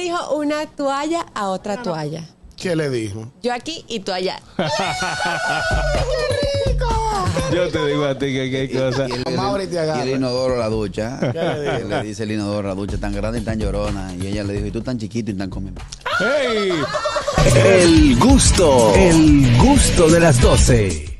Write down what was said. dijo una toalla a otra toalla. ¿Qué le dijo? Yo aquí y tú allá. ¡Qué rico! Yo te digo a ti que qué cosa. Y el, Mamá, ahorita y el agarra. inodoro a la ducha. le le, dice el inodoro a la ducha, tan grande y tan llorona. Y ella le dijo, y tú tan chiquito y tan comiendo. ¡Hey! El gusto, el gusto de las doce.